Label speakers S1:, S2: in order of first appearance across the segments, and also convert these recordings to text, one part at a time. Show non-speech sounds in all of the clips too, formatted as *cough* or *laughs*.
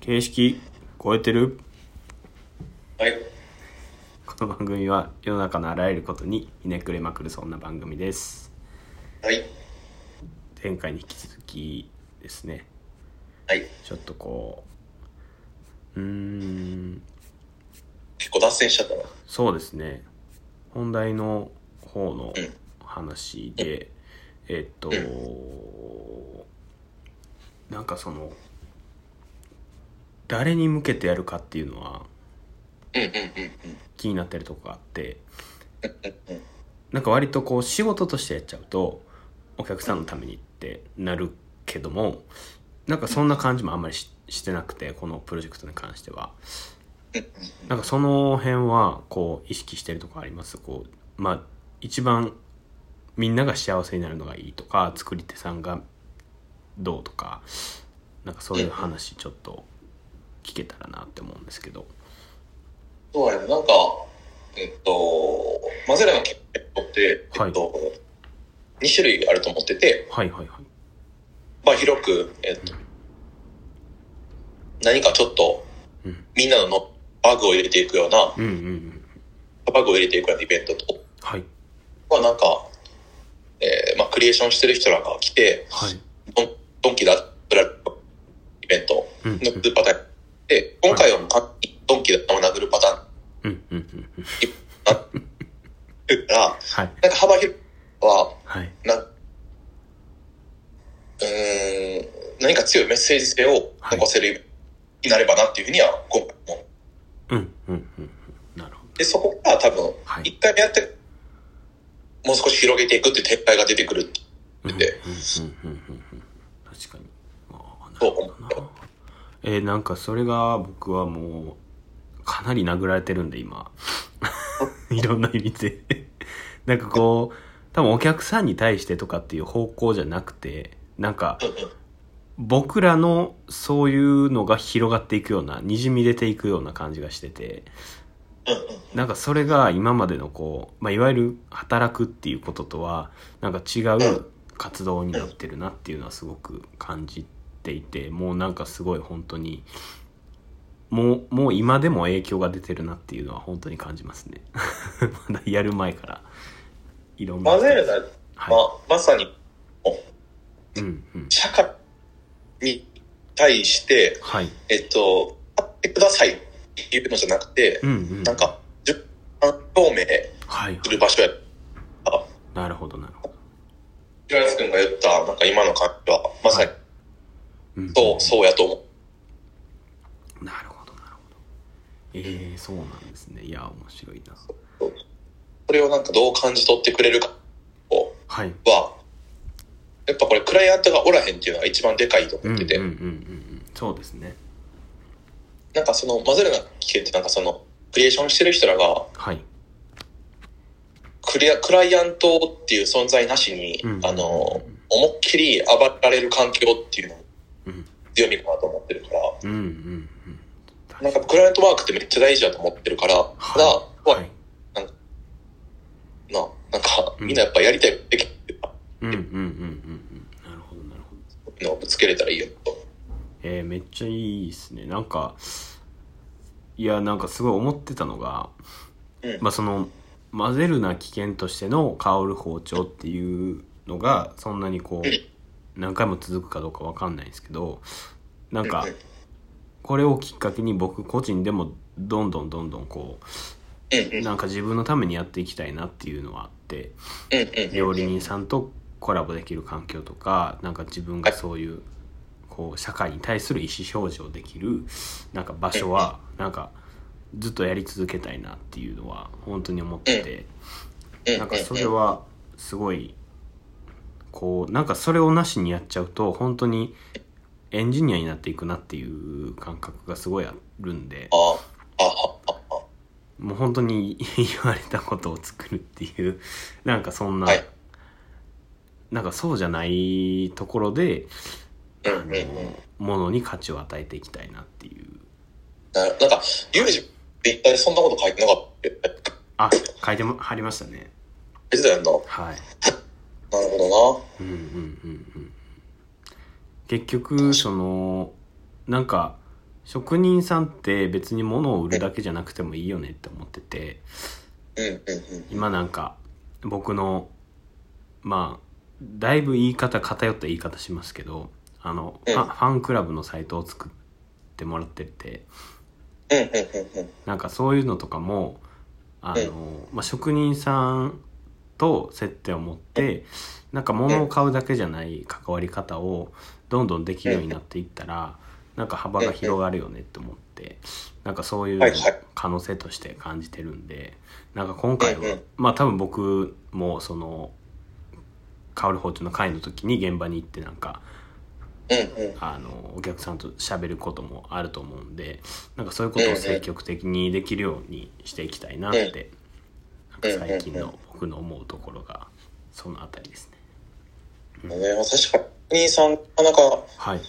S1: 形式超えてる *laughs*
S2: はい。
S1: この番組は世の中のあらゆることにひねくれまくるそんな番組です
S2: はい。
S1: 前回に引き続きですね
S2: はい。
S1: ちょっとこううーん
S2: 結構脱線しちゃったな。
S1: そうですね本題の方の
S2: うん
S1: 話でえっとなんかその誰に向けてやるかっていうのは
S2: うんうんうん
S1: 気になったりとかあって
S2: うん。うん
S1: なんか割とこう仕事としてやっちゃうとお客さんのためにってなるけどもなんかそんな感じもあんまりししてなくてこのプロジェクトに関してはなんかその辺はこう意識してるとこありますこうまあ一番みんなが幸せになるのがいいとか作り手さんがどうとかなんかそういう話ちょっと聞けたらなって思うんですけど
S2: そうやね。なんか、えっと、マゼラのキットって、えっと、2種類あると思ってて、
S1: はいはいはい
S2: まあ広く、えっと、何かちょっと
S1: うん、
S2: みんなののバグを入れていくような、
S1: うんうんうん
S2: バグを入れていくようなイベントと、
S1: はい
S2: まあなんか、えー、まあクリエーションしてる人らが来て、
S1: はい
S2: ドンドンキだったら、イベント
S1: うんうん
S2: の2パターン。で、今回はもう完全にドンキだったら殴るパターン
S1: うんうんうんうん
S2: っていうから、
S1: はい
S2: なんか幅広くは、
S1: はい
S2: な、うーん、何か強いメッセージ性を残せるようになればなっていうふうには今回思う。
S1: うんうんうんうんなるほど
S2: で、そこから多分、
S1: はい
S2: 一回目やって、もう少し広げていくっていう撤廃が出てくるって
S1: うん
S2: 言
S1: う
S2: っ
S1: ん
S2: てて、
S1: うんうんうん確かにああなるほどなえーなんかそれが僕はもうかなり殴られてるんで *laughs* 今いろんな意味でなんかこう多分お客さんに対してとかっていう方向じゃなくてなんか
S2: うんうん
S1: 僕らのそういうのが広がっていくようなにじみ出ていくような感じがしてて
S2: うんうん
S1: なんかそれが今までのこう、まあ、いわゆる働くっていうこととはなんか違う活動になってるなっていうのはすごく感じていてもうなんかすごい本当にもうもう今でも影響が出てるなっていうのは本当に感じますね *laughs* まだやる前からいろんな
S2: マ
S1: 人
S2: ゼルナ、ま
S1: は
S2: まさに
S1: い、うんうん、
S2: 社会に対して、
S1: はい
S2: えっと、買ってくださいっていうのじゃなくて、
S1: うんうん
S2: なんか、10分表明
S1: はいはい
S2: する場所やあ
S1: なるほどなるほど
S2: 平安君が言った、なんか今の感じは、まさに
S1: は、うん
S2: そう、そうやと思う。
S1: なるほどなるほどえー、そうなんですねいや面白いな
S2: それをなんかどう感じ取ってくれるか
S1: はい
S2: は、やっぱこれクライアントがおらへんっていうのが一番でかいと
S1: うん
S2: 思
S1: うんう
S2: って
S1: ん
S2: て、
S1: うんうんそうですね
S2: なんかその、マゼルナ危険ってなんかその、クリエーションしてる人らが、
S1: はい
S2: クリア、クライアントっていう存在なしに、
S1: うん
S2: あの、思いっきり暴れられる環境っていうのを
S1: うん
S2: 強みかなと思ってるから、
S1: うんうんうん
S2: なんかクライアントワークってめっちゃ大事だと思ってるから、ただ、
S1: はい、はい、
S2: な、なんか、
S1: うん
S2: みんなやっぱやりたいべきっていうか
S1: うんうんうんうんうんなるほどなるほど
S2: のをぶつけれたらいいよと。
S1: えー、めっちゃいいですねなんかいやなんかすごい思ってたのが、
S2: うん
S1: まあその混ぜるな危険としての香る包丁っていうのがそんなにこう何回も続くかどうかわかんないんですけどなんか
S2: うん
S1: これをきっかけに僕個人でもどんどんどんどんこ
S2: うん
S1: うなんか自分のためにやっていきたいなっていうのはあって
S2: うんうん
S1: 料理人さんとコラボできる環境とかなんか自分がそういうこう社会に対する意思表示をできるなんか場所はなんかずっとやり続けたいなっていうのは本当に思ってて
S2: うん。
S1: なんかそれはすごいこうなんかそれをなしにやっちゃうと本当にエンジニアになっていくなっていう感覚がすごいあるんで
S2: ああ、ああ、あ
S1: もう本当に言われたことを作るっていうなんかそんな、
S2: はい
S1: なんかそうじゃないところで、
S2: あ。う
S1: あ
S2: んうん
S1: の
S2: うん。
S1: ものに価値を与えていきたいなっていう
S2: ななんか、ユージって一体そんなこと書いてなかったっけ
S1: あ書いても貼りましたね
S2: 書いてたよな。
S1: はい
S2: なるほ
S1: うんうんうんうん結局そのなんか職人さんって別に物を売るだけじゃなくてもいいよねって思ってて
S2: うんうんうん。
S1: 今なんか僕のまあだいぶ言い方偏った言い方しますけどあのファンファンクラブのサイトを作ってもらってて
S2: うんうんうんうん。
S1: なんかそういうのとかもあの、まあ、職人さんと接点を持ってなんか物を買うだけじゃない関わり方をどんどんできるようになっていったらなんか幅が広がるよねって思ってなんかそういう
S2: はいはい
S1: 可能性として感じてるんでなんか今回は
S2: うんうん
S1: まあ多分僕もその「香る包丁」の会の時に現場に行ってなんか
S2: うんうん。
S1: あのお客さんと喋ることもあると思うんでなんかそういうことを積極的にできるようにしていきたいなって、なんか最近の僕の思うところがそのあたりですね
S2: ね、確かに、兄さん、なかなか、
S1: はい、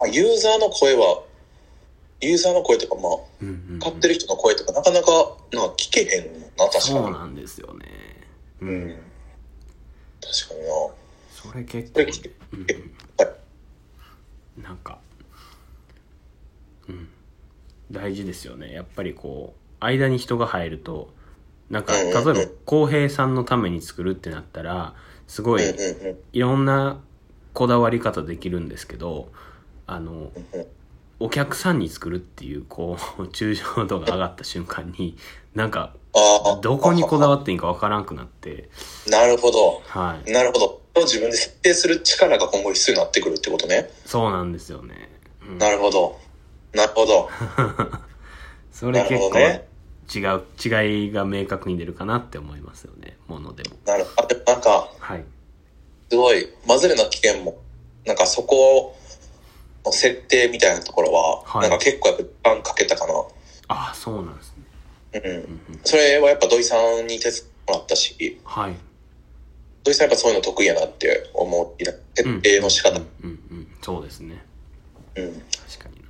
S2: あユーザーの声は、ユーザーの声とか、まあ、
S1: うんうんうん
S2: 買ってる人の声とか、なかなか、なんか聞けへんな、確かに。
S1: そうなんですよねうん、
S2: うん確かにな。
S1: それ結構、ねうんうん、なんかうん大事ですよねやっぱりこう間に人が入るとなんか
S2: うん
S1: 例え
S2: うんう
S1: ば
S2: ん
S1: 浩平さんのために作るってなったらすごい
S2: うんうんうん
S1: いろんなこだわり方できるんですけどあの
S2: うん
S1: お客さんに作るっていうこう抽象度が上がった瞬間になんか
S2: ああ。
S1: どこにこだ
S2: わ
S1: わっていいかわからんくなって
S2: なるほど。
S1: はい
S2: なるほど。自分で設定する力が今後必要になってくるってことね。
S1: そうなんですよね、うん、
S2: なるほど。なるほど。
S1: それ
S2: なる
S1: 結
S2: ほど
S1: 構
S2: ね
S1: 違う違いが明確に出るかなって思いますよねものでも
S2: なるあ、でもなんか、
S1: はい
S2: すごい、マズレの危険も、なんかそこの設定みたいなところは、
S1: はい
S2: なんか結構やっぱ時間かけたかな。
S1: ああそうなんですね
S2: う。
S1: うんんうん
S2: それはやっぱ土井さんに手伝ってもらったし、
S1: はい
S2: 土井さんやっぱそういうの得意やなって思う。設定の仕
S1: う
S2: 方。
S1: んうんうんそうですね
S2: うん。だ
S1: 確かにな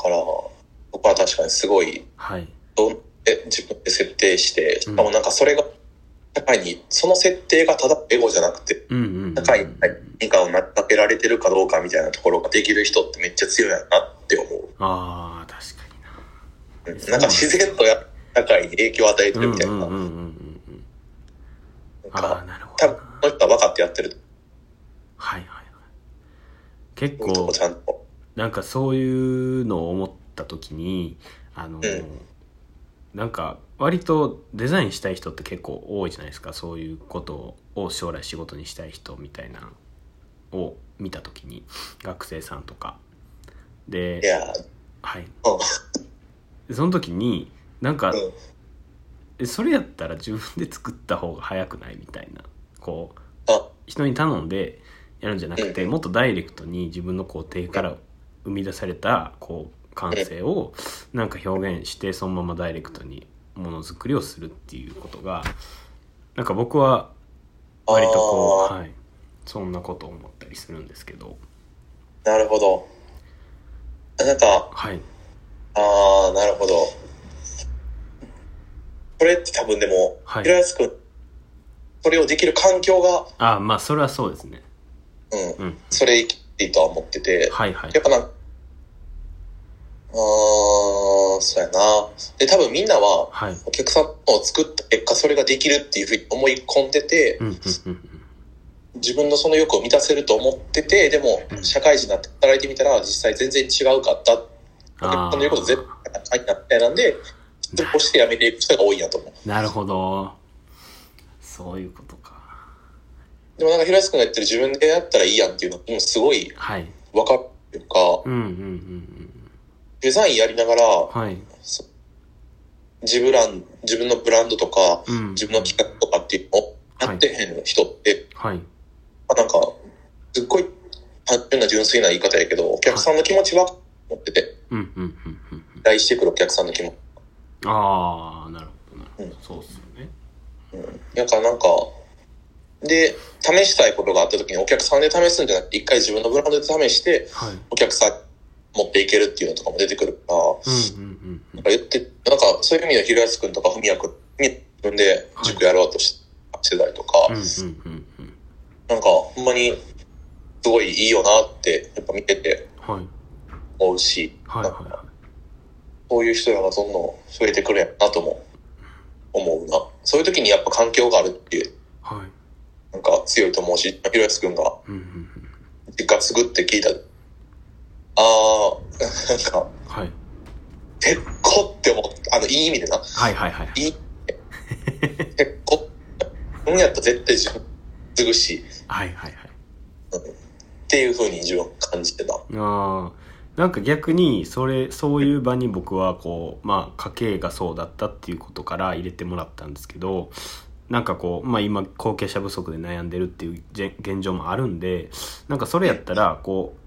S2: から、僕は確かにすごい
S1: はい
S2: どうえ自分で設定してし
S1: うん
S2: かもなんかそれが社会にその設定がただエゴじゃなくて
S1: うんうんうんうん
S2: 社会に何かを成し立てられてるかどうかみたいなところができる人ってめっちゃ強いなって思う
S1: ああ確かにな
S2: うんなんか自然とや社会に影響を与えてるみたいな,、
S1: うんうんう
S2: な
S1: んうんうんうん
S2: ん
S1: ああ
S2: か
S1: なるほ
S2: 多
S1: どな
S2: 分この人は分かってやってる
S1: はいはいはい結
S2: とこ
S1: 構
S2: ちゃんと
S1: なんかそういうのを思った時にあの、
S2: うん
S1: なんか割とデザインしたい人って結構多いじゃないですかそういうことを将来仕事にしたい人みたいなのを見た時に学生さんとか
S2: い
S1: で、
S2: や
S1: はい、
S2: うん
S1: その時になんか
S2: うん
S1: えそれやったら自分で作った方が早くないみたいなこう
S2: あ
S1: 人に頼んでやるんじゃなくてもっとダイレクトに自分のこう手から生み出されたこう感性をなんか表現してそのままダイレクトにものづくりをするっていうことがなんか僕は割とこう、
S2: あー
S1: はい、そんなことを思ったりするんですけど
S2: なるほどなんか
S1: はい
S2: ああなるほどこれって多分でも
S1: はい
S2: 平安君それをできる環境が
S1: ああまあそれはそうですね
S2: うん
S1: うん
S2: それいいとは思ってて、
S1: はいはい
S2: やっぱなんか、あー、そうやな。で、多分みんなは、
S1: はい
S2: お客さんを作った結果、それができるっていうふうに思い込んでて
S1: う、んうんうんうん
S2: 自分のその欲を満たせると思ってて、でも
S1: う、ん
S2: 社会人になって働いてみたら、実際全然違うかった。お客さんの言うこと全部書いてあったようなんで、そこしてやめていく人が多いんやと思う。
S1: なるほどそういうことか
S2: でもなんか、平安くんが言ってる自分でやったらいいやんっていうのもすごい
S1: はい
S2: 分かるっていうか、
S1: うんうんうんうん
S2: デザインやりながら、
S1: はい
S2: そ自ブラン自分のブランドとか、
S1: うん
S2: 自分の企画とかっていうのをやってへん人って、
S1: はい
S2: あなんか、すっごい単純な純粋な言い方やけど、お客さんの気持ちは持ってて、
S1: うんうんうんうんうん
S2: 依頼してくるお客さんの気持ち。
S1: ああなるほどなる
S2: う
S1: ほどそうっすよね
S2: なんか、なんか、で、試したいことがあった時にお客さんで試すんじゃなくて、一回自分のブランドで試して、
S1: はい
S2: お客さんに持っていけるっていうのとかも出てくるから、
S1: うんうんうんうん
S2: なんか言って、なんかそういう意味では、平安くんとか文也くんに自分で塾やろうとししてたりとか、
S1: うんうんうんうん
S2: なんか、ほんまに、すごいいいよなって、やっぱ見てて
S1: はい
S2: 思うし、
S1: はいはいはい
S2: そういう人らがどんどん増えてくるやんなとも思うな。そういう時にやっぱ環境があるって、
S1: はい
S2: なんか強いと思うし、ひろやすくんが
S1: うんうんうん
S2: 実家継ぐって聞いた。あー、なんか、 *laughs*
S1: はい
S2: ペッコって思った。あの、いい意味でな。
S1: はいはいはい
S2: いい。ペッコ。うんやったら絶対自分継ぐし、
S1: はいはいはい
S2: っていう風に自分は感じてた。
S1: ああなんか逆にそれそういう場に僕はこうまあ家計がそうだったっていうことから入れてもらったんですけどなんかこう、まあ、今後継者不足で悩んでるっていうじん現状もあるんでなんかそれやったらこう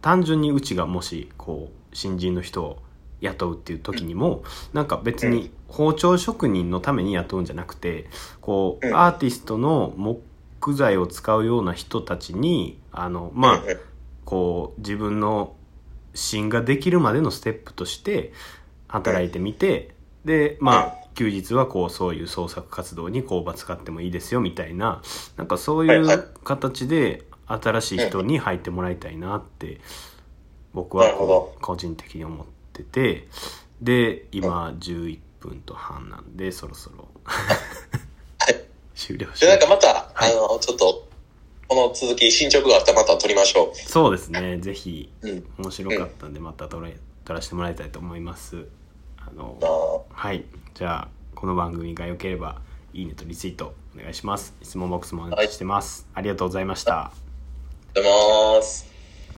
S1: 単純にうちがもしこう新人の人を雇うっていう時にもなんか別に包丁職人のために雇うんじゃなくてこう
S2: うん
S1: アーティストの木材を使うような人たちにあのまあ
S2: うんうん
S1: こう自分の芯ができるまでのステップとして働いてみて、でまあ休日はこうそういう創作活動に工場使ってもいいですよみたいななんかそうい
S2: はいはいう
S1: 形で新しい人に入ってもらいたいなって僕は
S2: なるほ
S1: こう個人的に思っててで今11分と半なんでそろそろ *laughs*
S2: はい。
S1: 終了し
S2: で、
S1: よ
S2: なん
S1: う
S2: かまた、
S1: はい
S2: あの、ちょっと、この続き、進捗があったらまた撮りましょ
S1: そうですねぜひ
S2: う。うん。
S1: 面白かったんでまた撮れ撮らせてもらいたいと思いますあの
S2: あー
S1: はいじゃあこの番組が良ければいいねとリツイートお願いします質問ボックスもお待ちしてます、ありがとうございました、
S2: ありがとうございます。